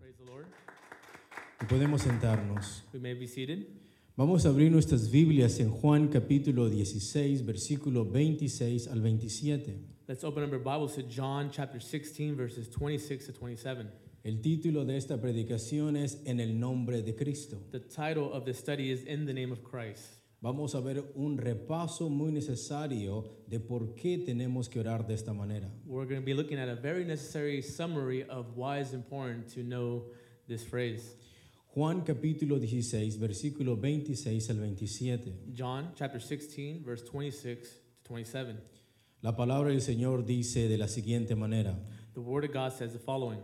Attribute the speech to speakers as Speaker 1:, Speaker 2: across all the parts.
Speaker 1: Praise the Lord.
Speaker 2: Y Podemos sentarnos.
Speaker 1: We may be seated.
Speaker 2: Vamos a abrir nuestras Biblias en Juan capítulo 16, versículo 26 al 27.
Speaker 1: Let's open up our Bibles to John chapter 16, verses 26 to 27.
Speaker 2: El título de esta predicación es En el nombre de Cristo.
Speaker 1: The title of this study is In the Name of Christ.
Speaker 2: Vamos a ver un repaso muy necesario de por qué tenemos que orar de esta manera.
Speaker 1: We're going to be looking at a very necessary summary of why it's important to know this phrase.
Speaker 2: Juan capítulo 16, versículo 26 al 27.
Speaker 1: John chapter 16, verse 26 to 27.
Speaker 2: La palabra del Señor dice de la siguiente manera.
Speaker 1: The Word of God says the following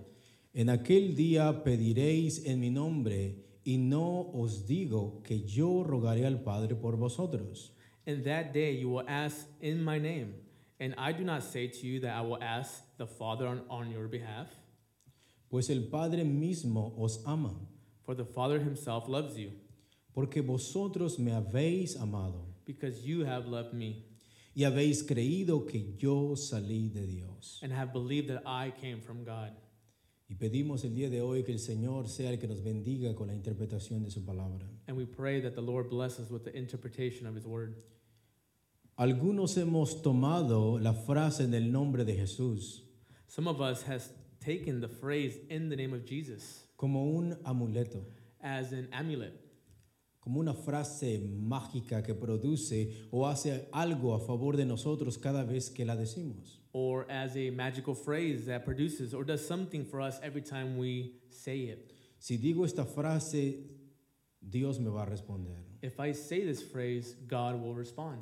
Speaker 2: En aquel día pediréis en mi nombre, y no os digo que yo rogaré al Padre por vosotros,
Speaker 1: In that day you will ask in my name, and I do not say to you that I will ask the Father on, on your behalf,
Speaker 2: pues el Padre mismo os ama,
Speaker 1: for the Father himself loves you,
Speaker 2: porque vosotros me habéis amado
Speaker 1: because you have loved me.
Speaker 2: y habéis creído que yo salí de Dios.
Speaker 1: and have believed that I came from God.
Speaker 2: Y pedimos el día de hoy que el Señor sea el que nos bendiga con la interpretación de su palabra.
Speaker 1: And we pray that the Lord bless us with the interpretation of His word.
Speaker 2: Algunos hemos tomado la frase en el nombre de Jesús
Speaker 1: Some of us has taken the phrase in the name of Jesus
Speaker 2: como un amuleto.
Speaker 1: as an amulet,
Speaker 2: como una frase mágica que produce o hace algo a favor de nosotros cada vez que la decimos.
Speaker 1: or as a magical phrase that produces or does something for us every time we say it.
Speaker 2: Si digo esta frase, Dios me va a responder.
Speaker 1: If I say this phrase, God will respond.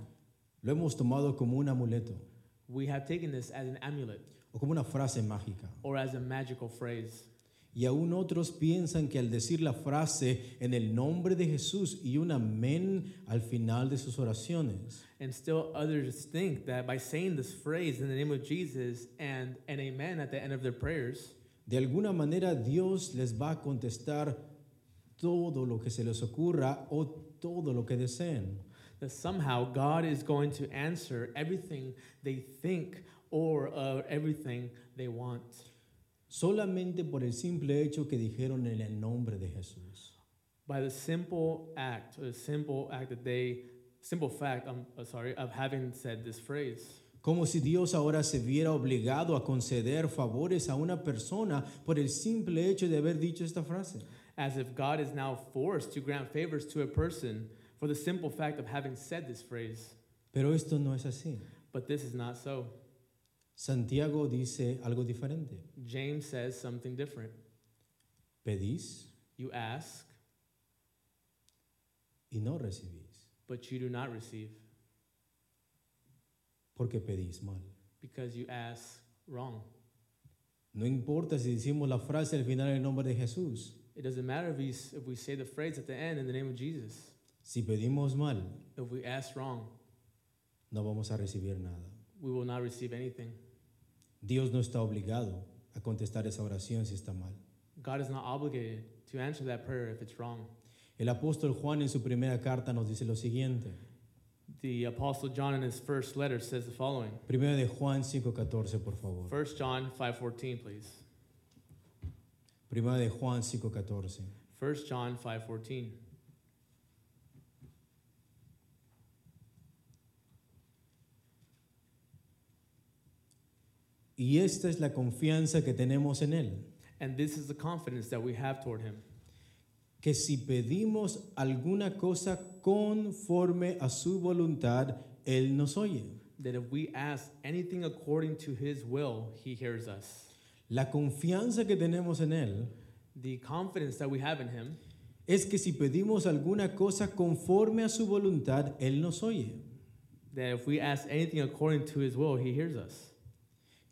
Speaker 2: Lo hemos tomado como un amuleto
Speaker 1: We have taken this as an amulet
Speaker 2: o como una frase mágica.
Speaker 1: or as a magical phrase.
Speaker 2: Y aún otros piensan que al decir la frase en el nombre de Jesús y un amén al final de sus oraciones,
Speaker 1: And still others think that by saying this phrase in the name of Jesus and an amen at the end of their prayers,
Speaker 2: de alguna manera Dios les va a contestar todo lo que se les ocurra o todo lo que deseen.
Speaker 1: that somehow God is going to answer everything they think or uh, everything they want
Speaker 2: solamente por el simple hecho que dijeron en el nombre de Jesús.
Speaker 1: by the simple act, or the simple act that they, simple fact, I'm uh, sorry, of having said this phrase.
Speaker 2: Como si Dios ahora se viera obligado a conceder favores a una persona por el simple hecho de haber dicho esta frase.
Speaker 1: As if God is now forced to grant favors to a person for the simple fact of having said this phrase.
Speaker 2: Pero esto no es así.
Speaker 1: But this is not so.
Speaker 2: Santiago dice algo diferente.
Speaker 1: James says something different.
Speaker 2: Pedís
Speaker 1: You ask,
Speaker 2: y no recibís,
Speaker 1: but you do not receive,
Speaker 2: porque pedís mal.
Speaker 1: because you ask wrong.
Speaker 2: No importa si decimos la frase al final en el nombre de Jesús.
Speaker 1: It doesn't matter if we, if we say the phrase at the end in the name of Jesus.
Speaker 2: Si pedimos mal,
Speaker 1: If we ask wrong,
Speaker 2: no vamos a recibir nada.
Speaker 1: we will not receive anything.
Speaker 2: Dios no está obligado a contestar esa oración si está mal.
Speaker 1: God is not obligated to answer that prayer if it's wrong.
Speaker 2: El apóstol Juan en su primera carta nos dice lo siguiente.
Speaker 1: The apostle John in his first letter says the following.
Speaker 2: Primera de Juan 5:14, por favor.
Speaker 1: 1 John 5:14, please.
Speaker 2: Primera de Juan 5:14.
Speaker 1: 1 John 5:14.
Speaker 2: Y esta es la confianza que tenemos en él,
Speaker 1: And this is the confidence that we have toward him,
Speaker 2: que si pedimos alguna cosa conforme a su voluntad, él nos oye.
Speaker 1: that if we ask anything according to his will, he hears us.
Speaker 2: La confianza que tenemos en él
Speaker 1: The confidence that we have in him
Speaker 2: es que si pedimos alguna cosa conforme a su voluntad, él nos oye.
Speaker 1: that if we ask anything according to his will, he hears us.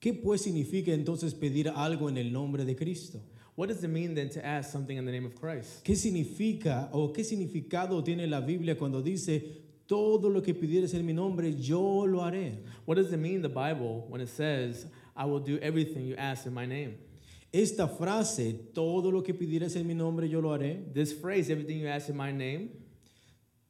Speaker 2: ¿Qué pues significa entonces pedir algo en el nombre de Cristo?
Speaker 1: What does it mean then to ask something in the name of Christ?
Speaker 2: ¿Qué significa o qué significado tiene la Biblia cuando dice todo lo que pidieres en mi nombre yo lo haré?
Speaker 1: What does it mean the Bible when it says, I will do everything you ask in my name?
Speaker 2: Esta frase, todo lo que pidieres en mi nombre yo lo haré,
Speaker 1: This phrase, everything you ask in my name,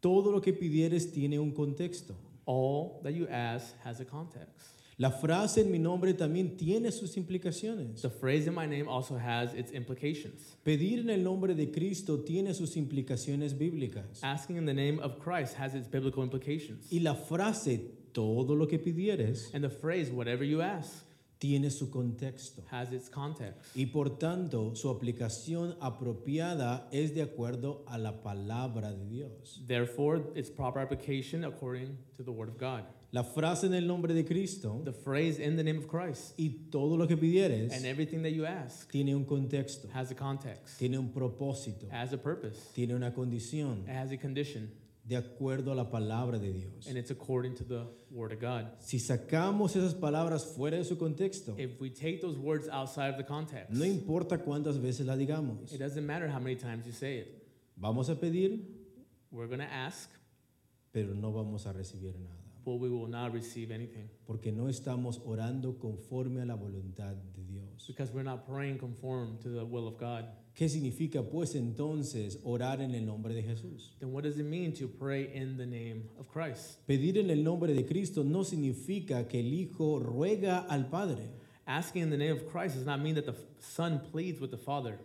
Speaker 2: Todo lo que pidieres tiene un contexto.
Speaker 1: All that you ask has a context.
Speaker 2: La frase en mi nombre también tiene sus implicaciones.
Speaker 1: The phrase in my name also has its implications.
Speaker 2: Pedir en el nombre de Cristo tiene sus implicaciones bíblicas.
Speaker 1: Asking in the name of Christ has its biblical implications.
Speaker 2: Y la frase todo lo que pidieres
Speaker 1: And the phrase, whatever you ask,
Speaker 2: tiene su contexto.
Speaker 1: has its context.
Speaker 2: Y por tanto, su aplicación apropiada es de acuerdo a la palabra de Dios.
Speaker 1: Therefore, its proper application according to the Word of God.
Speaker 2: La frase en el nombre de Cristo
Speaker 1: The phrase in the name of Christ
Speaker 2: y todo lo que pidieres
Speaker 1: and everything that you ask
Speaker 2: tiene un contexto,
Speaker 1: has a context,
Speaker 2: tiene un propósito,
Speaker 1: has a purpose,
Speaker 2: tiene una condición
Speaker 1: it has a condition,
Speaker 2: de acuerdo a la palabra de Dios.
Speaker 1: and it's according to the Word of God.
Speaker 2: Si sacamos esas palabras fuera de su contexto,
Speaker 1: If we take those words outside of the context,
Speaker 2: no importa cuántas veces la digamos,
Speaker 1: it doesn't matter how many times you say it.
Speaker 2: vamos a pedir,
Speaker 1: We're going to ask,
Speaker 2: pero no vamos a recibir nada,
Speaker 1: but we will not receive anything
Speaker 2: porque no estamos orando conforme a la voluntad de Dios.
Speaker 1: because we're not praying conform to the will of God.
Speaker 2: ¿Qué significa pues entonces orar en el nombre de Jesús?
Speaker 1: Then what does it mean to pray in the name of Christ?
Speaker 2: Pedir en el nombre de Cristo no significa que el Hijo ruega al Padre.
Speaker 1: Asking in the name of Christ does not mean that the Son pleads with the Father.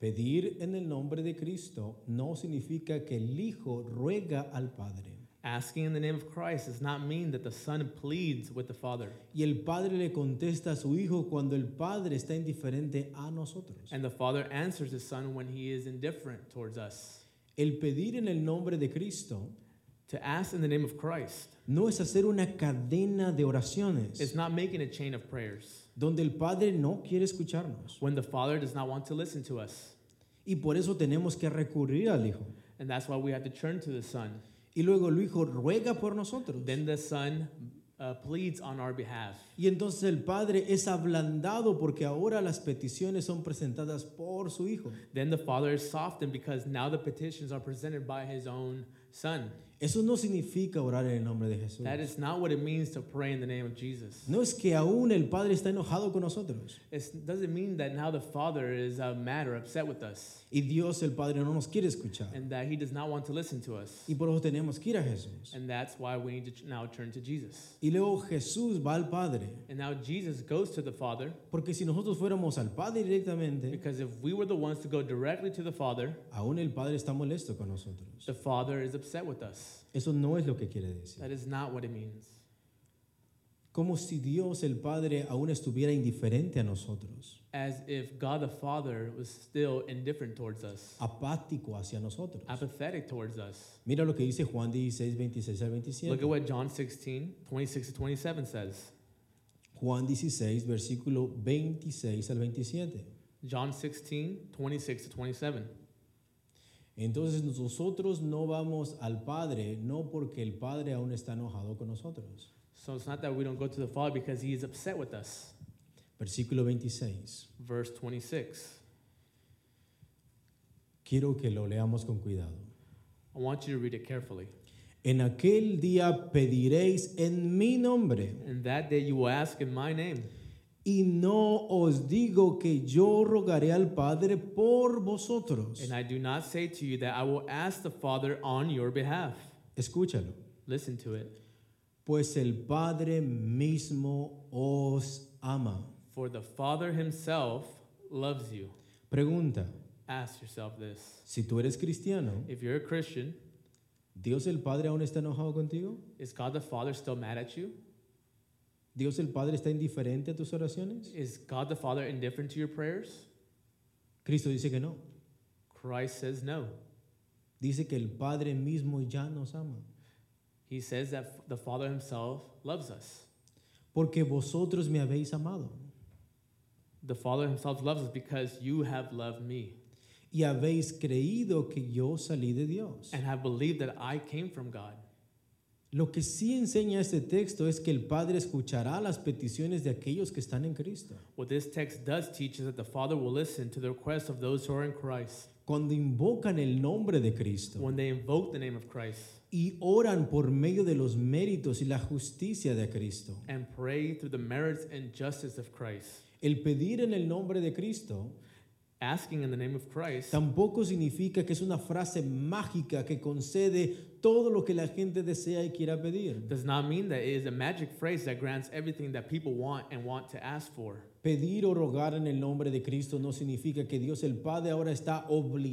Speaker 2: Pedir en el nombre de Cristo no significa que el Hijo ruega al Padre.
Speaker 1: Asking in the name of Christ does not mean that the Son pleads with the Father.
Speaker 2: Y el Padre le contesta a su Hijo cuando el Padre está indiferente a nosotros.
Speaker 1: And the Father answers the Son when he is indifferent towards us.
Speaker 2: El pedir en el nombre de Cristo
Speaker 1: To ask in the name of Christ
Speaker 2: no es hacer una cadena de
Speaker 1: is
Speaker 2: oraciones
Speaker 1: not making a chain of prayers
Speaker 2: donde el Padre no quiere escucharnos.
Speaker 1: when the Father does not want to listen to us.
Speaker 2: Y por eso tenemos que recurrir al Hijo.
Speaker 1: And that's why we have to turn to the Son.
Speaker 2: Y luego el Hijo ruega por nosotros.
Speaker 1: Then the Son uh, pleads on our behalf.
Speaker 2: Y entonces el Padre es ablandado porque ahora las peticiones son presentadas por su Hijo.
Speaker 1: Then the Father is softened because now the petitions are presented by his own Son.
Speaker 2: Eso no significa orar en el nombre de Jesús.
Speaker 1: That is not what it means to pray in the name of Jesus.
Speaker 2: No es que aún el Padre está enojado con nosotros
Speaker 1: It doesn't mean that now the Father is uh, mad or upset with us
Speaker 2: y Dios el Padre no nos quiere escuchar.
Speaker 1: and that He does not want to listen to us.
Speaker 2: Y por eso tenemos que ir a Jesús.
Speaker 1: And that's why we need to ch- now turn to Jesus.
Speaker 2: Y luego Jesús va al Padre.
Speaker 1: And now Jesus goes to the Father
Speaker 2: Porque si nosotros fuéramos al Padre directamente,
Speaker 1: because if we were the ones to go directly to the Father,
Speaker 2: aún el Padre está molesto con nosotros.
Speaker 1: the Father is upset with us.
Speaker 2: Eso no es lo que quiere decir.
Speaker 1: That is not what it means.
Speaker 2: Como si Dios el Padre aún estuviera indiferente a nosotros,
Speaker 1: As if God the Father was still indifferent towards us,
Speaker 2: apático hacia nosotros.
Speaker 1: apathetic towards us.
Speaker 2: Mira lo que dice Juan 16, 26 al
Speaker 1: Look at
Speaker 2: 27.
Speaker 1: what John 16, 26 to 27 says.
Speaker 2: Juan 16, versículo 26 al 27.
Speaker 1: John 16, 26 to 27.
Speaker 2: Entonces nosotros no vamos al Padre, no porque el Padre aún está enojado con nosotros.
Speaker 1: So it's not that we don't go to the Father because He is upset with us.
Speaker 2: Versículo 26.
Speaker 1: Verse 26.
Speaker 2: Quiero que lo leamos con cuidado.
Speaker 1: I want you to read it carefully.
Speaker 2: En aquel día pediréis en mi nombre.
Speaker 1: And that day you will ask in my name.
Speaker 2: Y no os digo que yo rogaré al Padre por vosotros.
Speaker 1: And I do not say to you that I will ask the Father on your behalf.
Speaker 2: Escúchalo.
Speaker 1: Listen to it.
Speaker 2: Pues el Padre mismo os ama.
Speaker 1: For the Father Himself loves you.
Speaker 2: Pregunta,
Speaker 1: Ask yourself this.
Speaker 2: si tú eres cristiano,
Speaker 1: If you're a Christian,
Speaker 2: ¿Dios el Padre aún está enojado contigo?
Speaker 1: is God the Father still mad at you?
Speaker 2: ¿Dios el Padre está indiferente a tus oraciones?
Speaker 1: Is God the Father indifferent to your prayers?
Speaker 2: Cristo dice que no.
Speaker 1: Christ says no.
Speaker 2: Dice que el Padre mismo ya nos ama.
Speaker 1: He says that f- the Father Himself loves us.
Speaker 2: Porque vosotros me habéis amado
Speaker 1: The Father Himself loves us because you have loved me
Speaker 2: y habéis creído que yo salí de Dios.
Speaker 1: and have believed that I came from God.
Speaker 2: Lo que sí enseña este texto es que el Padre escuchará las peticiones de aquellos que están en Cristo.
Speaker 1: What this text does teach is that the Father will listen to the requests of those who are in Christ
Speaker 2: Cuando invocan el nombre de Cristo
Speaker 1: when they invoke the name of Christ
Speaker 2: y oran por medio de los méritos y la justicia de Cristo.
Speaker 1: and pray through the merits and justice of Christ.
Speaker 2: El pedir en el nombre de Cristo
Speaker 1: Asking in the name of Christ
Speaker 2: Tampoco significa que es una frase mágica que concede todo lo que la gente desea y quiera pedir.
Speaker 1: does not mean that it is a magic phrase that grants everything that people want and want to ask for.
Speaker 2: Pedir o rogar en el nombre de Cristo no significa que Dios el Padre ahora está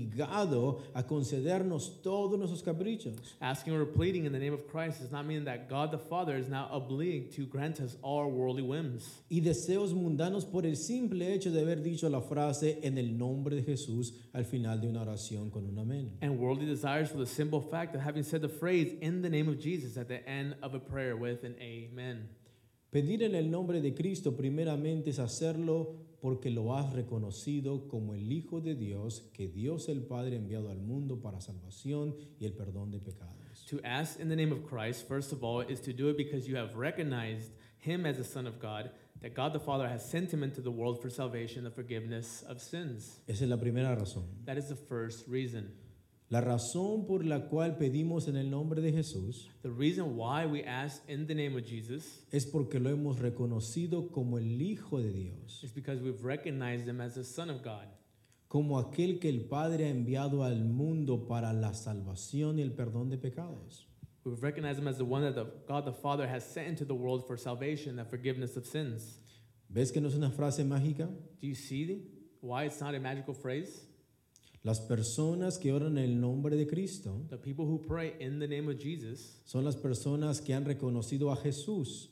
Speaker 2: obligado a concedernos todos nuestros caprichos.
Speaker 1: Asking or pleading in the name of Christ does not mean that God the Father is now obliged to grant us all our worldly whims
Speaker 2: y deseos mundanos por el simple hecho de haber dicho la frase en el nombre de Jesús al final de una oración con un amén.
Speaker 1: and worldly desires for the simple fact of having said the phrase in the name of Jesus at the end of a prayer with an amen.
Speaker 2: Pedir en el nombre de Cristo primeramente es hacerlo porque lo has reconocido como el Hijo de Dios que Dios el Padre ha enviado al mundo para salvación y el perdón de pecados.
Speaker 1: To ask in the name of Christ, first of all, is to do it because you have recognized him as the Son of God, that God the Father has sent him into the world for salvation, the forgiveness of sins.
Speaker 2: Esa es la primera razón.
Speaker 1: That is the first reason.
Speaker 2: La razón por la cual pedimos en el nombre de Jesús
Speaker 1: The reason why we ask in the name of Jesus
Speaker 2: es porque lo hemos reconocido como el Hijo de Dios.
Speaker 1: is because we've recognized him as the Son of God,
Speaker 2: como aquel que el Padre ha enviado al mundo para la salvación y el perdón de pecados.
Speaker 1: we've recognized him as the one that the, God the Father has sent into the world for salvation, the forgiveness of sins.
Speaker 2: ¿Ves que no es una frase mágica?
Speaker 1: Do you see the- why it's not a magical phrase?
Speaker 2: Las personas que oran en el nombre de Cristo
Speaker 1: The people who pray in the name of Jesus
Speaker 2: son las personas que han reconocido a Jesús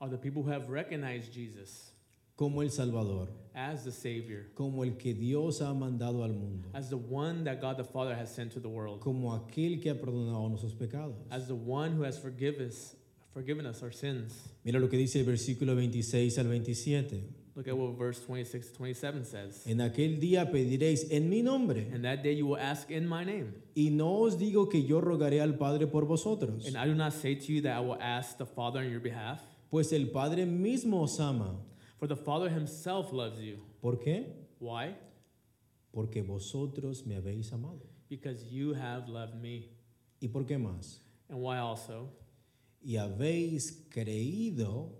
Speaker 1: are the people who have recognized Jesus
Speaker 2: como el Salvador,
Speaker 1: as the Savior,
Speaker 2: como el que Dios ha mandado al mundo,
Speaker 1: as the one that God the Father has sent to the world,
Speaker 2: como aquel que ha perdonado nuestros pecados.
Speaker 1: as the one who has forgive us, forgiven us our sins.
Speaker 2: Mira lo que dice el versículo 26 al 27.
Speaker 1: Look at what verse 26 to 27 says.
Speaker 2: En aquel día pediréis en mi nombre,
Speaker 1: And that day you will ask in my name.
Speaker 2: y no os digo que yo rogaré al Padre por vosotros.
Speaker 1: And I do not say to you that I will ask the Father on your behalf,
Speaker 2: Pues el Padre mismo os ama.
Speaker 1: for the Father himself loves you.
Speaker 2: ¿Por qué?
Speaker 1: Why?
Speaker 2: Porque vosotros me habéis amado.
Speaker 1: Because you have loved me.
Speaker 2: ¿Y por qué más?
Speaker 1: And why also?
Speaker 2: Y habéis creído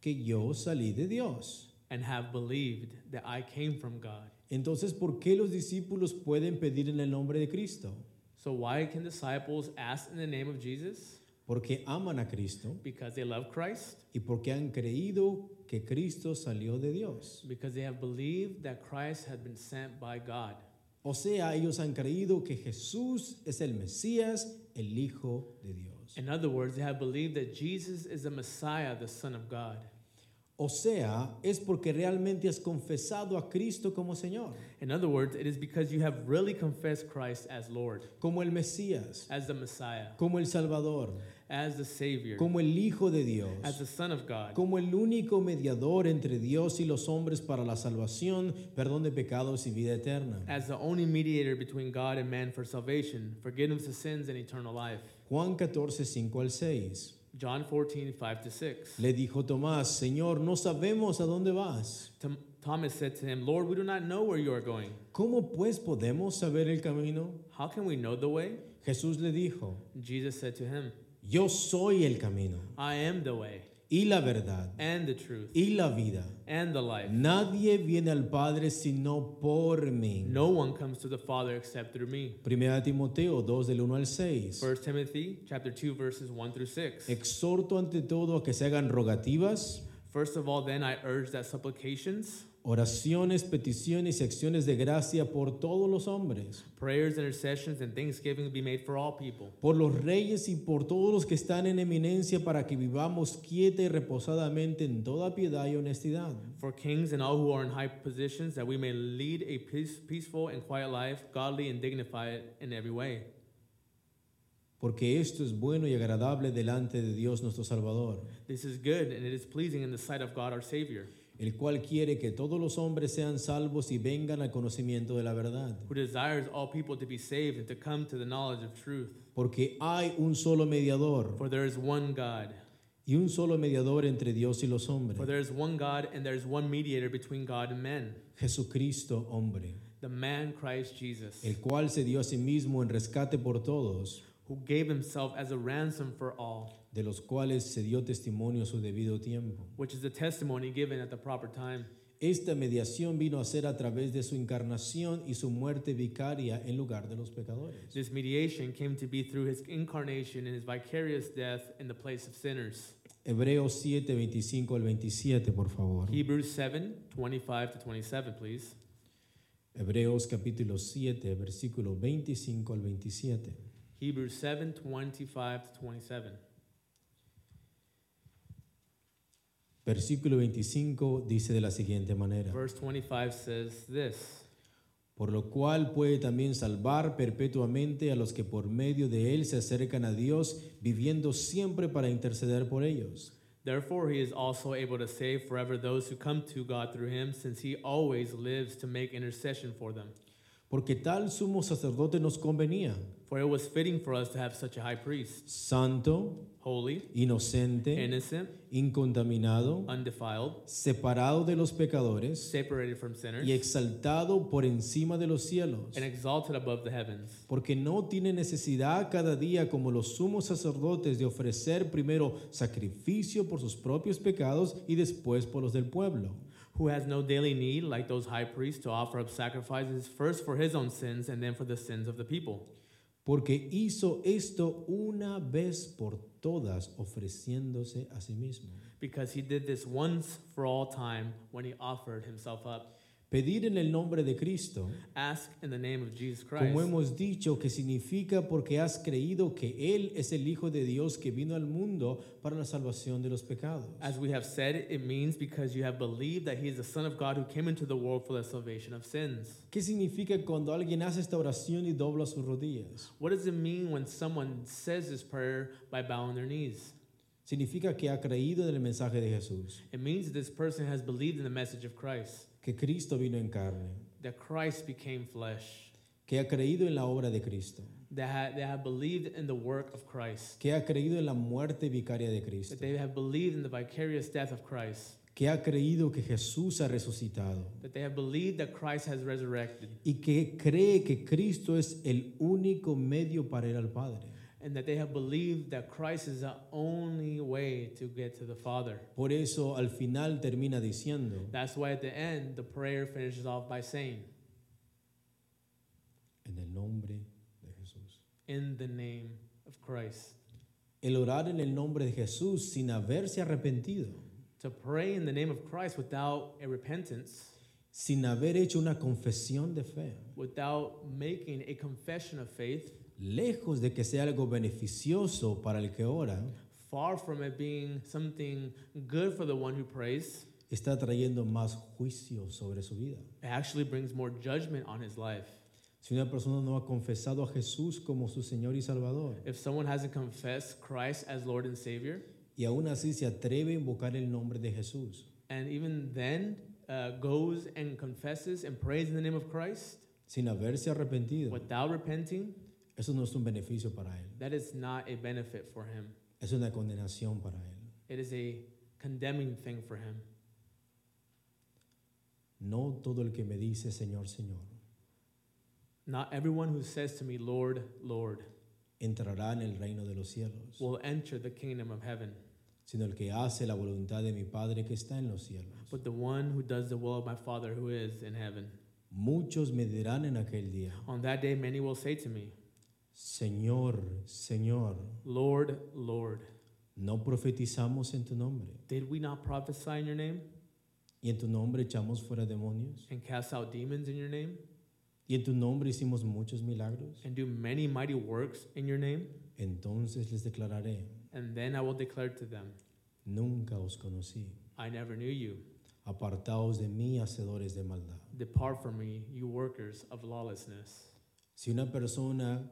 Speaker 2: que yo salí de Dios.
Speaker 1: And have believed that I came from God.
Speaker 2: Entonces, ¿por qué los discípulos pueden pedir en el nombre de Cristo?
Speaker 1: So why can disciples ask in the name of Jesus?
Speaker 2: Porque aman a Cristo
Speaker 1: Because they love Christ,
Speaker 2: y porque han creído que Cristo salió de Dios.
Speaker 1: because they have believed that Christ had been sent by God.
Speaker 2: O sea, ellos han creído que Jesús es el Mesías, el Hijo de Dios.
Speaker 1: In other words, they have believed that Jesus is the Messiah, the Son of God.
Speaker 2: O sea, es porque realmente has confesado a Cristo como Señor.
Speaker 1: In other words, it is because you have really confessed Christ as Lord,
Speaker 2: como el Mesías,
Speaker 1: as the Messiah,
Speaker 2: como el Salvador,
Speaker 1: as the Savior,
Speaker 2: como el Hijo de Dios,
Speaker 1: as the Son of God,
Speaker 2: como el único mediador entre Dios y los hombres para la salvación, perdón de pecados y vida eterna.
Speaker 1: as the only mediator between God and man for salvation, forgiveness of sins, and eternal life.
Speaker 2: Juan 14, 5 al 6.
Speaker 1: John 14, 5 to 6.
Speaker 2: Le dijo Tomás, Señor, no sabemos a dónde vas.
Speaker 1: Tom- Thomas said to him, Lord, we do not know where you are going.
Speaker 2: ¿Cómo pues podemos saber el camino?
Speaker 1: How can we know the way?
Speaker 2: Jesús le dijo,
Speaker 1: Jesus said to him,
Speaker 2: yo soy el camino
Speaker 1: I am the way,
Speaker 2: y la verdad
Speaker 1: and the truth,
Speaker 2: y la vida.
Speaker 1: and the life.
Speaker 2: Nadie viene al Padre sino por mí.
Speaker 1: No one comes to the Father except through me.
Speaker 2: Primera de Timoteo 2 del 1 al 6.
Speaker 1: 1 Timothy chapter 2 verses 1 through 6.
Speaker 2: Exhorto ante todo a que se hagan rogativas,
Speaker 1: First of all then I urge that supplications,
Speaker 2: oraciones, peticiones y acciones de gracia por todos los hombres,
Speaker 1: prayers, intercessions and thanksgiving be made for all people,
Speaker 2: por los reyes y por todos los que están en eminencia para que vivamos quieta y reposadamente en toda piedad y honestidad.
Speaker 1: for kings and all who are in high positions that we may lead a peace, peaceful and quiet life, godly and dignified in every way.
Speaker 2: Porque esto es bueno y agradable delante de Dios nuestro Salvador,
Speaker 1: This is good and it is pleasing in the sight of God our Savior,
Speaker 2: el cual quiere que todos los hombres sean salvos y vengan al conocimiento de la verdad.
Speaker 1: who desires all people to be saved and to come to the knowledge of truth.
Speaker 2: Porque hay un solo mediador
Speaker 1: For there is one God.
Speaker 2: y un solo mediador entre Dios y los
Speaker 1: For
Speaker 2: hombres,
Speaker 1: there is one God and there is one mediator between God and men,
Speaker 2: Jesucristo hombre.
Speaker 1: the man Christ Jesus,
Speaker 2: el cual se dio a sí mismo en rescate por todos,
Speaker 1: who gave himself as a ransom for all,
Speaker 2: de los cuales se dio testimonio a su debido tiempo.
Speaker 1: which is the testimony given at the proper time.
Speaker 2: Esta mediación vino a ser a través de su encarnación y su muerte vicaria en lugar de los pecadores.
Speaker 1: This mediation came to be through his incarnation and his vicarious death in the place of sinners.
Speaker 2: Hebreos 7, 25 al 27, por favor.
Speaker 1: Hebrews 7 25 to 27, please.
Speaker 2: Hebreos capítulo 7, versículo 25 al 27.
Speaker 1: Hebrews 7 25 to 27.
Speaker 2: Versículo 25 dice de la siguiente manera.
Speaker 1: Verse 25 says this
Speaker 2: por lo cual puede también salvar perpetuamente a los que por medio de él se acercan a Dios, viviendo siempre para interceder por ellos.
Speaker 1: Therefore, he is also able to save forever those who come to God through him, since he always lives to make intercession for them.
Speaker 2: Porque tal sumo sacerdote nos convenía,
Speaker 1: For it was fitting for us to have such a high priest,
Speaker 2: santo,
Speaker 1: holy,
Speaker 2: inocente,
Speaker 1: innocent,
Speaker 2: incontaminado,
Speaker 1: undefiled,
Speaker 2: separado de los pecadores
Speaker 1: separated from sinners,
Speaker 2: y exaltado por encima de los cielos.
Speaker 1: and exalted above the heavens.
Speaker 2: Porque no tiene necesidad cada día como los sumos sacerdotes de ofrecer primero sacrificio por sus propios pecados y después por los del pueblo.
Speaker 1: Who has no daily need, like those high priests, to offer up sacrifices first for his own sins and then for the sins of the people.
Speaker 2: Porque hizo esto una vez por todas ofreciéndose a sí mismo.
Speaker 1: Because he did this once for all time when he offered himself up.
Speaker 2: Pedir en el nombre de Cristo,
Speaker 1: Ask in the name of Jesus Christ.
Speaker 2: como hemos dicho, que significa porque has creído que Él es el Hijo de Dios que vino al mundo para la salvación de los pecados.
Speaker 1: As we have said, it means because you have believed that he is the Son of God who came into the world for the salvation of sins.
Speaker 2: ¿Qué significa cuando alguien hace esta oración y dobla sus rodillas?
Speaker 1: What does it mean when someone says this prayer by bowing their knees?
Speaker 2: Significa que ha creído en el mensaje de Jesús,
Speaker 1: It means this person has believed in the message of Christ,
Speaker 2: que Cristo vino en carne,
Speaker 1: that Christ became flesh,
Speaker 2: que ha creído en la obra de Cristo,
Speaker 1: that ha- they have believed in the work of Christ,
Speaker 2: que ha creído en la muerte vicaria de Cristo,
Speaker 1: that they have believed in the vicarious death of Christ,
Speaker 2: que ha creído que Jesús ha resucitado
Speaker 1: that they have believed that Christ has resurrected,
Speaker 2: y que cree que Cristo es el único medio para ir al Padre.
Speaker 1: and that they have believed that Christ is the only way to get to the Father.
Speaker 2: Por eso al final termina diciendo,
Speaker 1: That's why at the end, the prayer finishes off by saying,
Speaker 2: en el nombre de Jesús.
Speaker 1: In the name of Christ.
Speaker 2: El orar en el nombre de Jesús sin haberse arrepentido,
Speaker 1: To pray in the name of Christ without a repentance,
Speaker 2: sin haber hecho una confesión de fe,
Speaker 1: without making a confession of faith,
Speaker 2: lejos de que sea algo beneficioso para el que ora,
Speaker 1: far from it being something good for the one who prays,
Speaker 2: está trayendo más juicio sobre su vida.
Speaker 1: it actually brings more judgment on his life.
Speaker 2: Si una persona no ha confesado a Jesús como su Señor y Salvador,
Speaker 1: If someone hasn't confessed Christ as Lord and Savior,
Speaker 2: y aún así se atreve a invocar el nombre de Jesús,
Speaker 1: and even then uh, goes and confesses and prays in the name of Christ
Speaker 2: sin haberse arrepentido,
Speaker 1: without repenting,
Speaker 2: eso no es un beneficio para él,
Speaker 1: that is not a benefit for him.
Speaker 2: es una condenación para él.
Speaker 1: It is a condemning thing for him.
Speaker 2: No todo el que me dice Señor, Señor,
Speaker 1: Not everyone who says to me, Lord, Lord,
Speaker 2: entrará en el reino de los cielos,
Speaker 1: will enter the kingdom of heaven,
Speaker 2: sino el que hace la voluntad de mi Padre que está en los cielos.
Speaker 1: but the one who does the will of my Father who is in heaven.
Speaker 2: Muchos me dirán en aquel día,
Speaker 1: On that day, many will say to me,
Speaker 2: Señor, Señor,
Speaker 1: Lord, Lord,
Speaker 2: no profetizamos en tu nombre,
Speaker 1: did we not prophesy in your name
Speaker 2: y en tu nombre echamos fuera demonios,
Speaker 1: and cast out demons in your name
Speaker 2: y en tu nombre hicimos muchos milagros.
Speaker 1: and do many mighty works in your name?
Speaker 2: Entonces les declararé,
Speaker 1: And then I will declare to them,
Speaker 2: nunca os conocí.
Speaker 1: I never knew you.
Speaker 2: Apartaos de mí, hacedores de maldad.
Speaker 1: Depart from me, you workers of lawlessness.
Speaker 2: Si una persona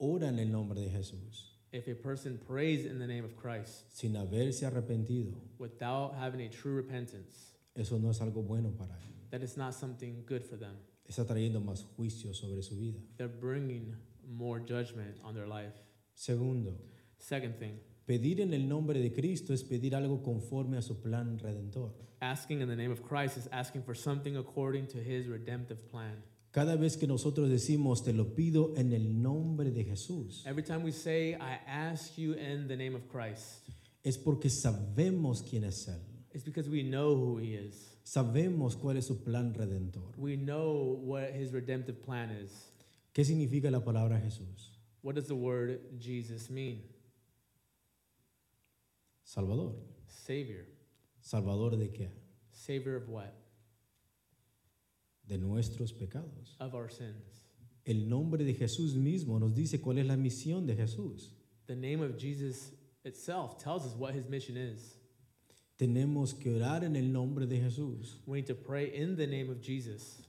Speaker 2: ora en el nombre de Jesús
Speaker 1: If a person prays in the name of Christ
Speaker 2: sin haberse arrepentido,
Speaker 1: without having a true repentance,
Speaker 2: eso no es algo bueno para él.
Speaker 1: that is not something good for them.
Speaker 2: Está trayendo más juicio sobre su vida.
Speaker 1: They're bringing more judgment on their life.
Speaker 2: Segundo,
Speaker 1: Second thing,
Speaker 2: pedir en el nombre de Cristo es pedir algo conforme a su plan redentor.
Speaker 1: asking in the name of Christ is asking for something according to his redemptive plan.
Speaker 2: Cada vez que nosotros decimos, te lo pido en el nombre de Jesús,
Speaker 1: Every time we say, I ask you in the name of Christ,
Speaker 2: es porque sabemos quién es Él.
Speaker 1: It's because we know who He is.
Speaker 2: Sabemos cuál es su plan redentor.
Speaker 1: We know what His redemptive plan is.
Speaker 2: ¿Qué significa la palabra Jesús?
Speaker 1: What does the word Jesus mean?
Speaker 2: Salvador.
Speaker 1: Savior.
Speaker 2: ¿Salvador de qué?
Speaker 1: Savior of what?
Speaker 2: De nuestros pecados.
Speaker 1: Of our sins.
Speaker 2: El nombre de Jesús mismo nos dice cuál es la misión de Jesús.
Speaker 1: The name of Jesus itself tells us what His mission is.
Speaker 2: Tenemos que orar en el nombre de Jesús.
Speaker 1: We need to pray in the name of Jesus.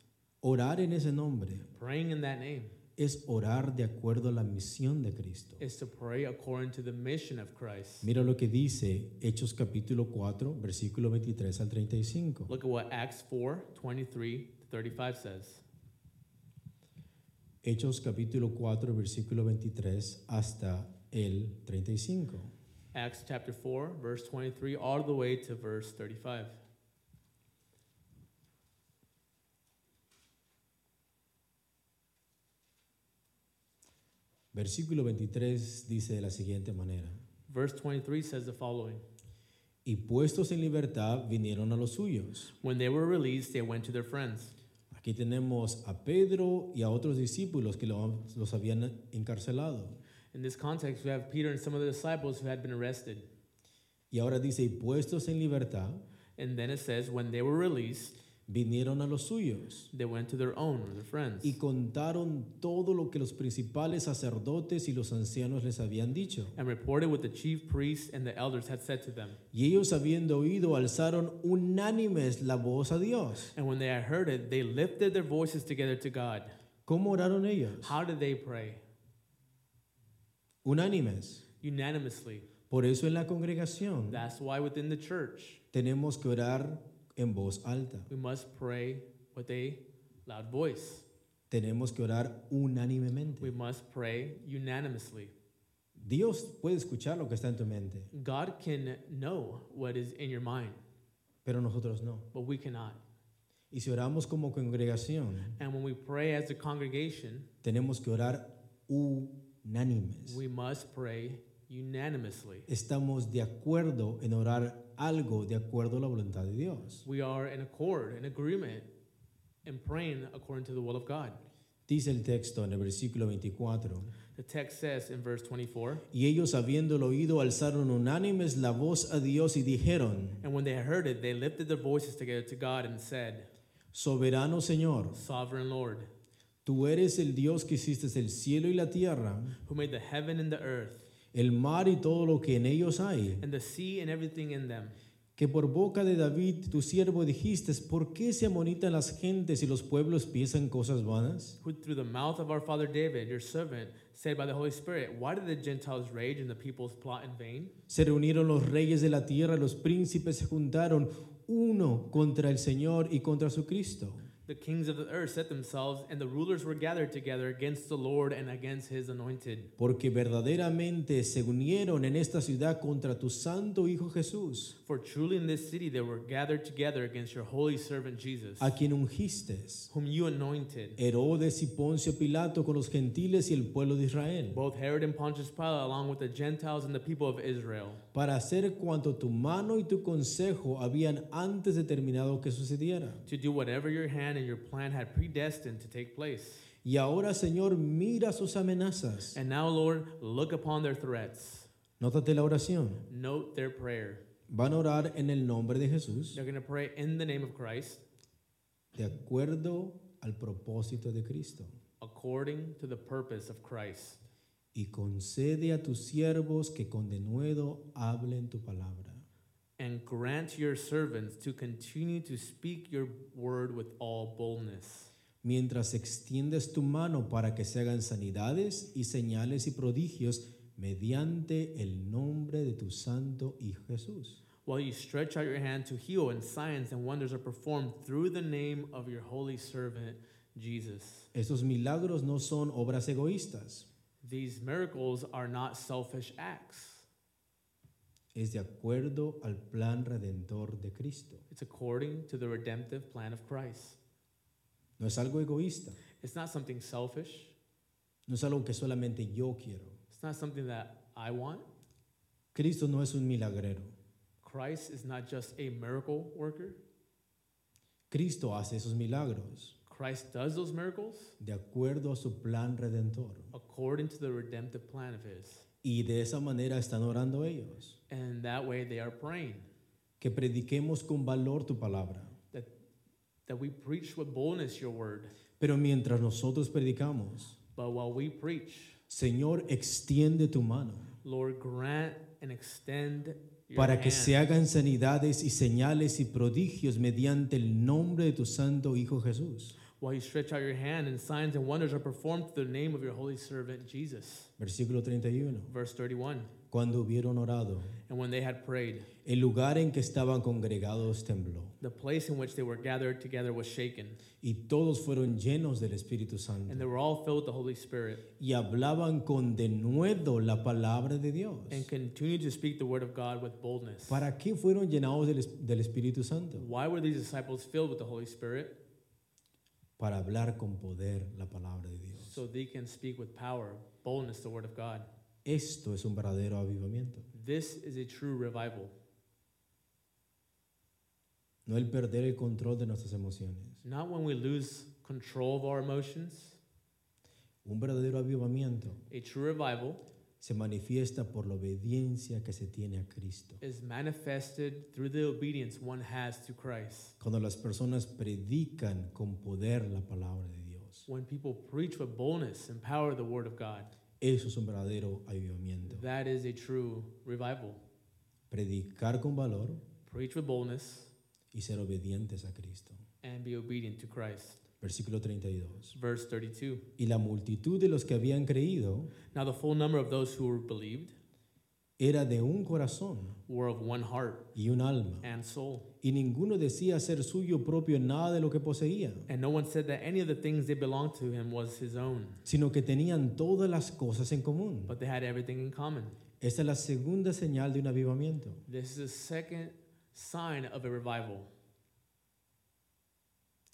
Speaker 2: Orar en ese nombre
Speaker 1: Praying in that name
Speaker 2: es orar de acuerdo a la misión de Cristo.
Speaker 1: is to pray according to the mission of Christ.
Speaker 2: Mira lo que dice Hechos capítulo 4, versículo 23 al 35.
Speaker 1: Look at what Acts 4 23 to 35 says.
Speaker 2: Hechos capítulo 4, versículo 23 hasta el 35.
Speaker 1: Acts chapter 4, verse 23, all the way to verse 35.
Speaker 2: Versículo 23 dice de la siguiente manera.
Speaker 1: Verse 23 says the following
Speaker 2: Y puestos en libertad vinieron a los suyos.
Speaker 1: When they were released, they went to their friends.
Speaker 2: Aquí tenemos a Pedro y a otros discípulos que lo- los habían encarcelado.
Speaker 1: In this context, we have Peter and some of the disciples who had been arrested.
Speaker 2: Y ahora dice, y puestos en libertad
Speaker 1: And then it says, When they were released,
Speaker 2: vinieron a los suyos.
Speaker 1: they went to their own or their friends.
Speaker 2: Y contaron todo lo que los principales sacerdotes y los ancianos les habían dicho.
Speaker 1: And reported what the chief priests and the elders had said to them.
Speaker 2: Y ellos habiendo oído alzaron unánimes la voz a Dios.
Speaker 1: And when they had heard it, they lifted their voices together to God.
Speaker 2: ¿Cómo oraron ellos?
Speaker 1: How did they pray?
Speaker 2: Unánimes.
Speaker 1: Unanimously.
Speaker 2: Por eso en la congregación
Speaker 1: That's why within the church,
Speaker 2: tenemos que orar en voz alta.
Speaker 1: we must pray with a loud voice.
Speaker 2: Tenemos que orar
Speaker 1: We
Speaker 2: unánimemente.
Speaker 1: must pray unanimously.
Speaker 2: Dios puede escuchar lo que está en tu mente,
Speaker 1: God can know what is in your mind,
Speaker 2: pero nosotros no.
Speaker 1: but we cannot.
Speaker 2: Y si oramos como congregación,
Speaker 1: And when we pray as a congregation,
Speaker 2: tenemos que orar unánimes.
Speaker 1: we must pray unanimously.
Speaker 2: Estamos de acuerdo en orar algo de acuerdo a la voluntad de Dios.
Speaker 1: We are in accord, in agreement, and praying according to the will of God.
Speaker 2: Dice el texto en el versículo 24.
Speaker 1: The text says in verse 24,
Speaker 2: Y ellos habiéndolo oído alzaron unánimes la voz a Dios y dijeron,
Speaker 1: And when they heard it, they lifted their voices together to God and said,
Speaker 2: Soberano Señor,
Speaker 1: Sovereign Lord,
Speaker 2: tú eres el Dios que hiciste el cielo y la tierra,
Speaker 1: who made the heaven and the earth,
Speaker 2: el mar y todo lo que en ellos hay,
Speaker 1: and the sea and everything in them,
Speaker 2: que por boca de David tu siervo dijiste, ¿por qué se amonitan las gentes y los pueblos piensan cosas vanas?
Speaker 1: who through the mouth of our father David, your servant, said by the Holy Spirit, Why did the Gentiles rage and the peoples plot in vain?
Speaker 2: Se reunieron los reyes de la tierra, los príncipes se juntaron uno contra el Señor y contra su Cristo.
Speaker 1: The kings of the earth set themselves, and the rulers were gathered together against the Lord and against his anointed.
Speaker 2: Porque verdaderamente se unieron en esta ciudad contra tu santo Hijo Jesús.
Speaker 1: For truly in this city they were gathered together against your holy servant Jesus,
Speaker 2: a quien ungiste,
Speaker 1: whom you anointed.
Speaker 2: Herodes y Poncio Pilato con los gentiles y el pueblo de Israel,
Speaker 1: Both Herod and Pontius Pilate, along with the Gentiles and the people of Israel,
Speaker 2: para hacer cuanto tu mano y tu consejo habían antes determinado que sucediera.
Speaker 1: to do whatever your hand and your plan had predestined to take place.
Speaker 2: Y ahora, Señor, mira sus amenazas.
Speaker 1: And now, Lord, look upon their threats.
Speaker 2: Nótate la oración.
Speaker 1: Note their prayer.
Speaker 2: Van a orar en el nombre de Jesús,
Speaker 1: They're going to pray in the name of Christ,
Speaker 2: de acuerdo al propósito de Cristo.
Speaker 1: according to the purpose of Christ.
Speaker 2: Y concede a tus siervos que con denuedo hablen tu palabra.
Speaker 1: And grant your servants to continue to speak your word with all boldness,
Speaker 2: mientras extiendes tu mano para que se hagan sanidades y señales y prodigios mediante el nombre de tu santo Hijo Jesús.
Speaker 1: while you stretch out your hand to heal, and signs and wonders are performed through the name of your holy servant, Jesus.
Speaker 2: Estos milagros no son obras egoístas,
Speaker 1: These miracles are not selfish acts,
Speaker 2: es de acuerdo al plan redentor de Cristo.
Speaker 1: it's according to the redemptive plan of Christ.
Speaker 2: No es algo egoísta,
Speaker 1: It's not something selfish,
Speaker 2: no es algo que solamente yo quiero.
Speaker 1: it's not something that I want.
Speaker 2: Cristo no es un milagrero,
Speaker 1: Christ is not just a miracle worker.
Speaker 2: Cristo hace esos milagros
Speaker 1: Christ does those miracles
Speaker 2: de acuerdo a su plan redentor.
Speaker 1: according to the redemptive plan of His.
Speaker 2: Y de esa manera están orando ellos.
Speaker 1: And that way they are praying
Speaker 2: Que prediquemos con valor tu palabra.
Speaker 1: that, that we preach with boldness your word.
Speaker 2: Pero mientras nosotros predicamos,
Speaker 1: But while we preach,
Speaker 2: Señor, extiende tu mano
Speaker 1: Lord, grant and extend your
Speaker 2: para que
Speaker 1: hand
Speaker 2: se hagan sanidades y señales y prodigios mediante el nombre de tu Santo Hijo Jesús.
Speaker 1: while you stretch out your hand and signs and wonders are performed through the name of your holy servant Jesus.
Speaker 2: Versículo 31.
Speaker 1: Verse 31.
Speaker 2: Cuando hubieron orado,
Speaker 1: And when they had prayed,
Speaker 2: el lugar en que estaban congregados tembló
Speaker 1: the place in which they were gathered together was shaken,
Speaker 2: y todos fueron llenos del Espíritu
Speaker 1: and
Speaker 2: Santo
Speaker 1: they were all filled with the Holy Spirit
Speaker 2: y hablaban con denuedo la palabra de Dios.
Speaker 1: and continued to speak the word of God with boldness.
Speaker 2: ¿Para qué fueron llenados del, es- del Espíritu Santo?
Speaker 1: Why were these disciples filled with the Holy Spirit?
Speaker 2: Para hablar con poder la palabra de Dios.
Speaker 1: So they can speak with power, boldness, the word of God.
Speaker 2: Esto es un verdadero avivamiento.
Speaker 1: This is a true revival,
Speaker 2: No el perder el control de nuestras emociones.
Speaker 1: not when we lose control of our emotions.
Speaker 2: Un verdadero avivamiento
Speaker 1: A true revival
Speaker 2: se manifiesta por la obediencia que se tiene a Cristo.
Speaker 1: is manifested through the obedience one has to Christ.
Speaker 2: Cuando las personas predican con poder la palabra de Dios.
Speaker 1: When people preach with boldness and power the word of God,
Speaker 2: Eso es un verdadero avivamiento.
Speaker 1: that is a true revival.
Speaker 2: Predicar con valor
Speaker 1: Preach with boldness
Speaker 2: y ser obedientes a Cristo.
Speaker 1: and be obedient to Christ.
Speaker 2: Versículo 32.
Speaker 1: Verse 32.
Speaker 2: Y la multitud de los que habían creído
Speaker 1: Now the full number of those who were believed
Speaker 2: era de un corazón
Speaker 1: were of one heart
Speaker 2: y un alma,
Speaker 1: and soul.
Speaker 2: y ninguno decía ser suyo propio nada de lo que poseía,
Speaker 1: And no one said that any of the things they belonged to him was his own,
Speaker 2: sino que tenían todas las cosas en común.
Speaker 1: but they had everything in common.
Speaker 2: Esta es la segunda señal de un avivamiento.
Speaker 1: This is the second sign of a revival.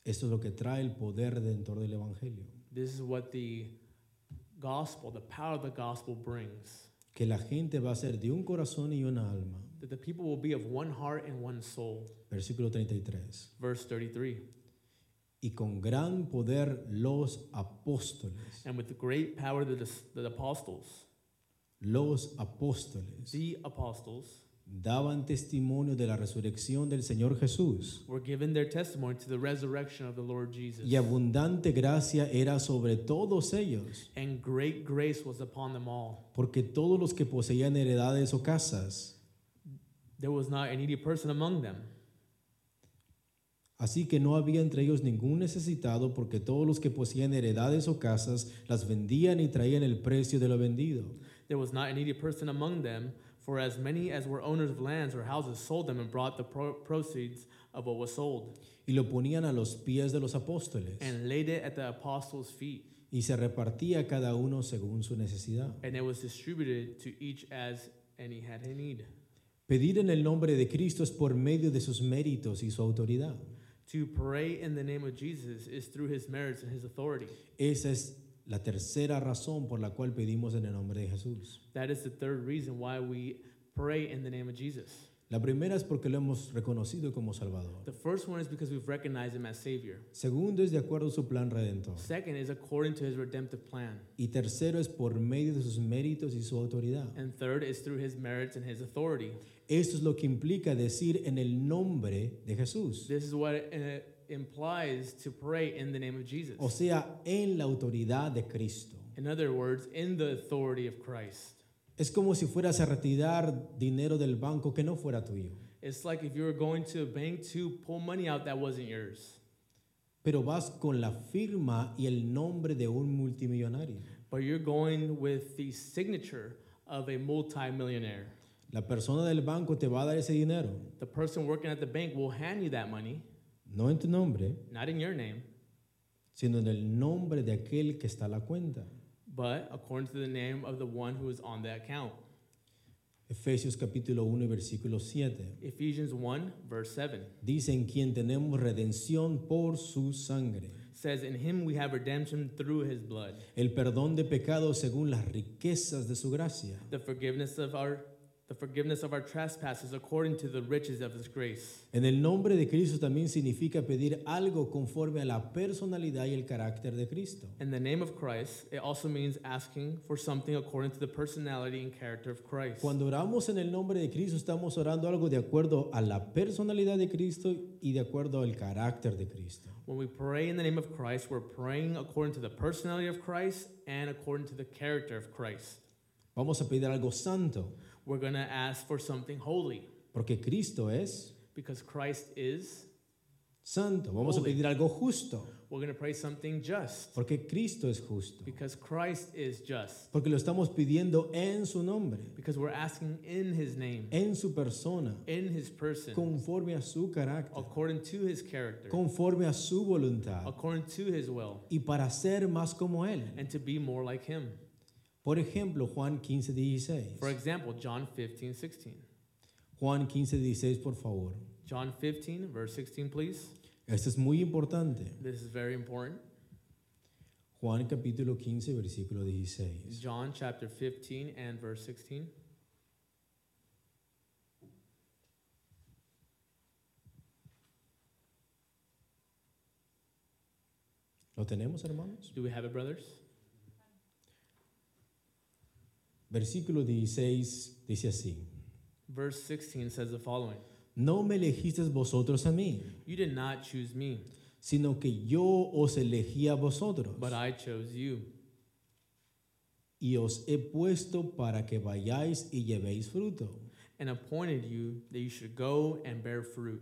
Speaker 2: Esto es lo que trae el poder redentor del Evangelio,
Speaker 1: This is what the gospel, the power of the gospel brings.
Speaker 2: que la gente va a ser de un corazón y una alma.
Speaker 1: That the people will be of one heart and one soul.
Speaker 2: Versículo 33.
Speaker 1: Verse 33.
Speaker 2: Y con gran poder los apóstoles,
Speaker 1: And with great power the, dis- the apostles,
Speaker 2: los apóstoles,
Speaker 1: the apostles,
Speaker 2: daban testimonio de la resurrección del Señor Jesús.
Speaker 1: were given their testimony to the resurrection of the Lord Jesus.
Speaker 2: y abundante gracia era sobre todos ellos,
Speaker 1: And great grace was upon them all.
Speaker 2: porque todos los que poseían heredades o casas,
Speaker 1: There was not a needy person among them.
Speaker 2: así que no había entre ellos ningún necesitado, porque todos los que poseían heredades o casas las vendían y traían el precio de lo vendido
Speaker 1: There was not a needy person among them, for as many as were owners of lands or houses sold them and brought the pro- proceeds of what was sold,
Speaker 2: y lo ponían a los pies de los apóstoles
Speaker 1: and laid it at the apostles' feet,
Speaker 2: y se repartía cada uno según su necesidad.
Speaker 1: and it was distributed to each as any had a need.
Speaker 2: Pedir en el nombre de Cristo es por medio de sus méritos y su autoridad.
Speaker 1: To pray in the name of Jesus is through his merits and his authority.
Speaker 2: Esa es la tercera razón por la cual pedimos en el nombre de Jesús.
Speaker 1: That is the third reason why we pray in the name of Jesus.
Speaker 2: La primera es porque lo hemos reconocido como Salvador.
Speaker 1: The first one is because we've recognized him as Savior.
Speaker 2: Segundo es de acuerdo a su plan redentor.
Speaker 1: Second is according to his redemptive plan.
Speaker 2: Y tercero es por medio de sus méritos y su autoridad.
Speaker 1: And third is through his merits and his authority.
Speaker 2: Esto es lo que implica decir en el nombre de Jesús.
Speaker 1: This is what it uh, implies to pray in the name of Jesus.
Speaker 2: O sea, en la autoridad de Cristo.
Speaker 1: In other words, in the authority of Christ.
Speaker 2: Es como si fueras a retirar dinero del banco que no fuera tuyo.
Speaker 1: It's like if you were going to a bank to pull money out that wasn't yours,
Speaker 2: Pero vas con la firma y el nombre de un multimillonario.
Speaker 1: but you're going with the signature of a multimillionaire.
Speaker 2: La persona del banco te va a dar ese dinero,
Speaker 1: The person working at the bank will hand you that money,
Speaker 2: no en tu nombre,
Speaker 1: not in your name,
Speaker 2: sino en el nombre de aquel que está a la cuenta.
Speaker 1: but according to the name of the one who is on the account.
Speaker 2: Efesios capítulo 1 y versículo 7.
Speaker 1: Ephesians 1, verse 7
Speaker 2: Dice en quien tenemos redención por su sangre,
Speaker 1: says, In him we have redemption through his blood,
Speaker 2: el perdón de pecados según las riquezas de su gracia,
Speaker 1: the forgiveness of our the forgiveness of our trespasses according to the riches of his grace.
Speaker 2: En el nombre de Cristo también significa pedir algo conforme a la personalidad y el carácter de Cristo.
Speaker 1: In the name of Christ, it also means asking for something according to the personality and character of Christ.
Speaker 2: Cuando oramos en el nombre de Cristo estamos orando algo de acuerdo a la personalidad de Cristo y de acuerdo al carácter de Cristo.
Speaker 1: When we pray in the name of Christ, we're praying according to the personality of Christ and according to the character of Christ.
Speaker 2: Vamos a pedir algo santo
Speaker 1: We're going to ask for something holy
Speaker 2: porque Cristo es
Speaker 1: because Christ is.
Speaker 2: santo. Vamos a
Speaker 1: Holy.
Speaker 2: pedir algo justo
Speaker 1: We're going to pray something just
Speaker 2: porque Cristo es justo.
Speaker 1: because Christ is just.
Speaker 2: Porque lo estamos pidiendo en su nombre,
Speaker 1: Because we're asking in his name,
Speaker 2: en su persona,
Speaker 1: in his person,
Speaker 2: conforme a su carácter,
Speaker 1: according to his character,
Speaker 2: conforme a su voluntad
Speaker 1: according to his will,
Speaker 2: y para ser más como Él.
Speaker 1: and to be more like him.
Speaker 2: Por ejemplo, Juan 15, 16.
Speaker 1: For example, John 15, 16.
Speaker 2: Juan 15, 16, por favor.
Speaker 1: John 15, verse 16, please.
Speaker 2: Esto es muy importante.
Speaker 1: This is very important.
Speaker 2: Juan capítulo 15, versículo 16.
Speaker 1: John chapter 15 and verse 16.
Speaker 2: ¿Lo tenemos, hermanos?
Speaker 1: Do we have it, brothers?
Speaker 2: Versículo 16 dice así.
Speaker 1: Verse 16 says the following
Speaker 2: No me elegisteis vosotros a mí,
Speaker 1: You did not choose me,
Speaker 2: sino que yo os elegí a vosotros.
Speaker 1: but I chose you,
Speaker 2: y os he puesto para que vayáis y llevéis fruto.
Speaker 1: and appointed you that you should go and bear fruit.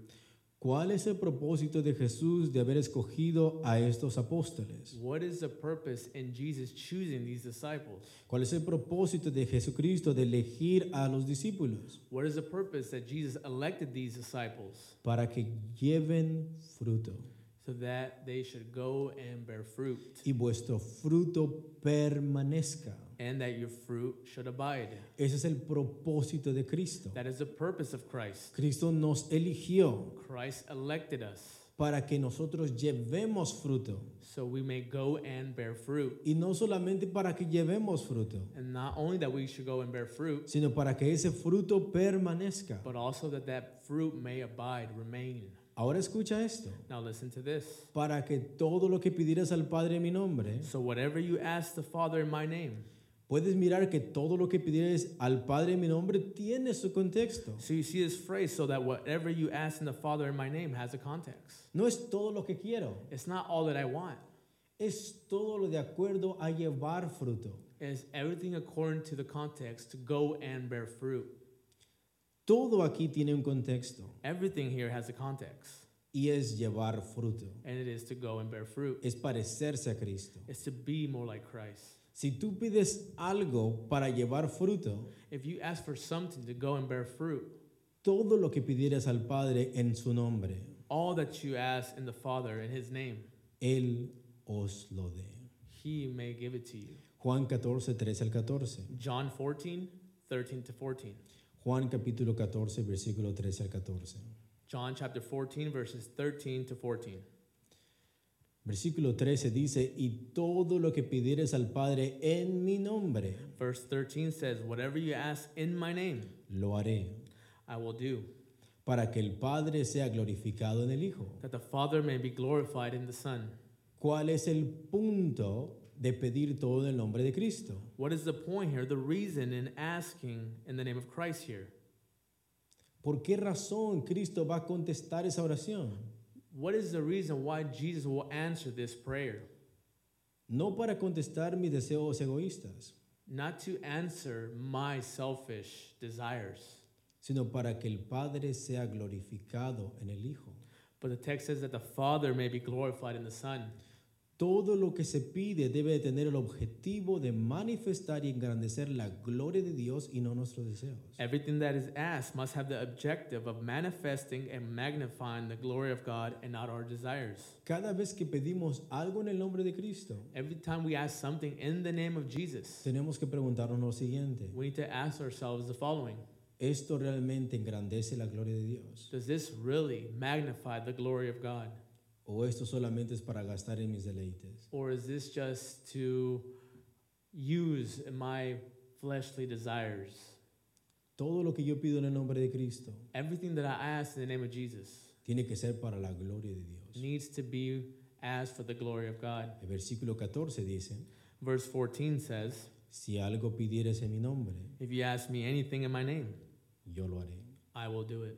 Speaker 2: ¿Cuál es el propósito de Jesús de haber escogido a estos apóstoles?
Speaker 1: What is the purpose in Jesus choosing these disciples?
Speaker 2: ¿Cuál es el propósito de Jesucristo de elegir a los discípulos?
Speaker 1: What is the purpose that Jesus elected these disciples
Speaker 2: Para que lleven fruto
Speaker 1: so that they should go and bear fruit,
Speaker 2: y vuestro fruto permanezca.
Speaker 1: and that your fruit should abide?
Speaker 2: Ese es el propósito de Cristo.
Speaker 1: That is the purpose of Christ.
Speaker 2: Cristo nos eligió
Speaker 1: Christ elected us
Speaker 2: para que nosotros llevemos fruto.
Speaker 1: so we may go and bear fruit.
Speaker 2: Y no solamente para que llevemos fruto,
Speaker 1: And not only that we should go and bear fruit,
Speaker 2: sino para que ese fruto permanezca.
Speaker 1: but also that that fruit may abide, remain.
Speaker 2: Ahora escucha esto.
Speaker 1: Now listen to this.
Speaker 2: Para que todo lo que pidieras al Padre en mi nombre,
Speaker 1: So whatever you ask the Father in my name,
Speaker 2: puedes mirar que todo lo que pidieras al Padre en mi nombre tiene su contexto.
Speaker 1: so you see this phrase, so that whatever you ask in the Father in my name has a context.
Speaker 2: No es todo lo que quiero,
Speaker 1: It's not all that I want.
Speaker 2: es todo lo de acuerdo a llevar fruto.
Speaker 1: It's everything according to the context to go and bear fruit.
Speaker 2: Todo aquí tiene un contexto
Speaker 1: Everything here has a context,
Speaker 2: y es llevar fruto.
Speaker 1: and it is to go and bear fruit.
Speaker 2: Es parecerse a Cristo.
Speaker 1: It's to be more like Christ.
Speaker 2: Si tú pides algo para llevar fruto,
Speaker 1: If you ask for something to go and bear fruit,
Speaker 2: todo lo que pidieras al Padre en su nombre,
Speaker 1: all that you ask in the Father in His name,
Speaker 2: Él os lo dé.
Speaker 1: He may give it to you.
Speaker 2: Juan 14, 13 al 14.
Speaker 1: John 14, 13 to 14.
Speaker 2: Juan capítulo 14, versículo 13 al 14.
Speaker 1: John chapter 14, verses 13 to 14.
Speaker 2: Versículo 13 dice, y todo lo que pidieres al Padre en mi nombre,
Speaker 1: Verse 13 says, Whatever you ask in my name,
Speaker 2: lo haré,
Speaker 1: I will do,
Speaker 2: para que el Padre sea glorificado en el Hijo.
Speaker 1: that the Father may be glorified in the Son.
Speaker 2: ¿Cuál es el punto de pedir todo en el nombre de Cristo?
Speaker 1: What is the point here? The reason in asking in the name of Christ here.
Speaker 2: ¿Por qué razón Cristo va a contestar esa oración?
Speaker 1: What is the reason why Jesus will answer this prayer?
Speaker 2: No para contestar mis deseos egoístas,
Speaker 1: Not to answer my selfish desires.
Speaker 2: sino para que el Padre sea glorificado en el Hijo.
Speaker 1: But the text says that the Father may be glorified in the Son.
Speaker 2: Todo lo que se pide debe de tener el objetivo de manifestar y engrandecer la gloria de Dios y no nuestros deseos.
Speaker 1: Everything that is asked must have the objective of manifesting and magnifying the glory of God and not our desires.
Speaker 2: Cada vez que pedimos algo en el nombre de Cristo,
Speaker 1: Every time we ask something in the name of Jesus,
Speaker 2: tenemos que preguntarnos lo siguiente.
Speaker 1: we need to ask ourselves the following
Speaker 2: ¿Esto realmente engrandece la gloria de Dios?
Speaker 1: Does this really magnify the glory of God?
Speaker 2: ¿O esto solamente es para gastar en mis deleites?
Speaker 1: Or is this just to use my fleshly desires?
Speaker 2: Todo lo que yo pido en el nombre de Cristo
Speaker 1: Everything that I ask in the name of Jesus
Speaker 2: tiene que ser para la gloria de Dios.
Speaker 1: needs to be asked for the glory of God.
Speaker 2: El versículo 14 dice,
Speaker 1: Verse 14 says,
Speaker 2: si algo pidieres en mi nombre,
Speaker 1: If you ask me anything in my name,
Speaker 2: yo lo haré.
Speaker 1: I will do it.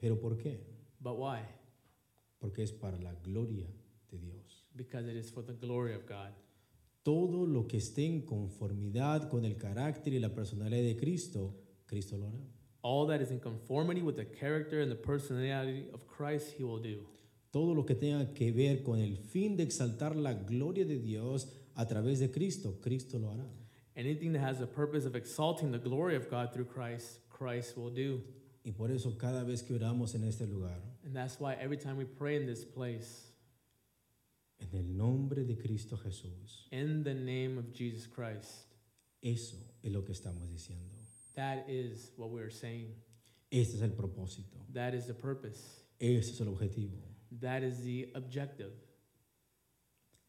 Speaker 2: ¿Pero por qué?
Speaker 1: But why?
Speaker 2: Porque es para la gloria de Dios.
Speaker 1: Because it is for the glory of God.
Speaker 2: Todo lo que esté en conformidad con el carácter y la personalidad de Cristo, Cristo lo hará.
Speaker 1: All that is in conformity with the character and the personality of Christ, he will do.
Speaker 2: Todo lo que tenga que ver con el fin de exaltar la gloria de Dios a través de Cristo, Cristo lo hará.
Speaker 1: Anything that has the purpose of exalting the glory of God through Christ, Christ will do.
Speaker 2: Y por eso cada vez que oramos en este lugar,
Speaker 1: And that's why every time we pray in this place,
Speaker 2: en el nombre de Cristo Jesús,
Speaker 1: in the name of Jesus Christ,
Speaker 2: eso es lo que estamos diciendo.
Speaker 1: that is what we're saying.
Speaker 2: Este es el propósito,
Speaker 1: That is the purpose.
Speaker 2: ese es el objetivo,
Speaker 1: That is the objective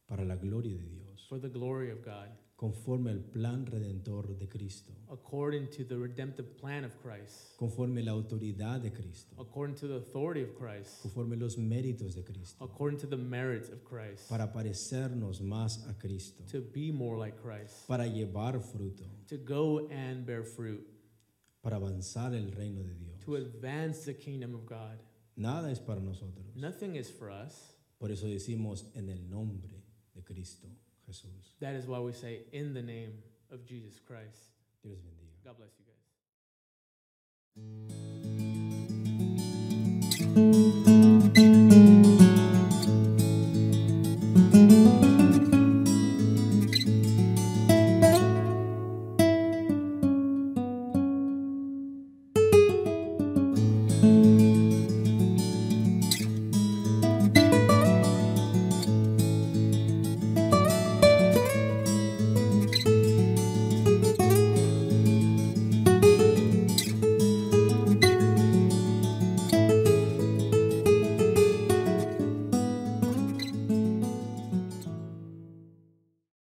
Speaker 2: para la gloria de Dios,
Speaker 1: for the glory of God,
Speaker 2: conforme al plan redentor de Cristo,
Speaker 1: according to the redemptive plan of Christ,
Speaker 2: conforme la autoridad de Cristo,
Speaker 1: according to the authority of Christ,
Speaker 2: conforme los méritos de Cristo,
Speaker 1: according to the merits of Christ,
Speaker 2: para parecernos más a Cristo,
Speaker 1: to be more like Christ,
Speaker 2: para llevar fruto,
Speaker 1: to go and bear fruit,
Speaker 2: para avanzar el reino de Dios.
Speaker 1: to advance the kingdom of God.
Speaker 2: Nada es para nosotros.
Speaker 1: Nothing is for us.
Speaker 2: Por eso decimos en el nombre de Cristo Jesús.
Speaker 1: That is why we say, in the name of Jesus Christ.
Speaker 2: Dios les bendiga.
Speaker 1: God bless you guys.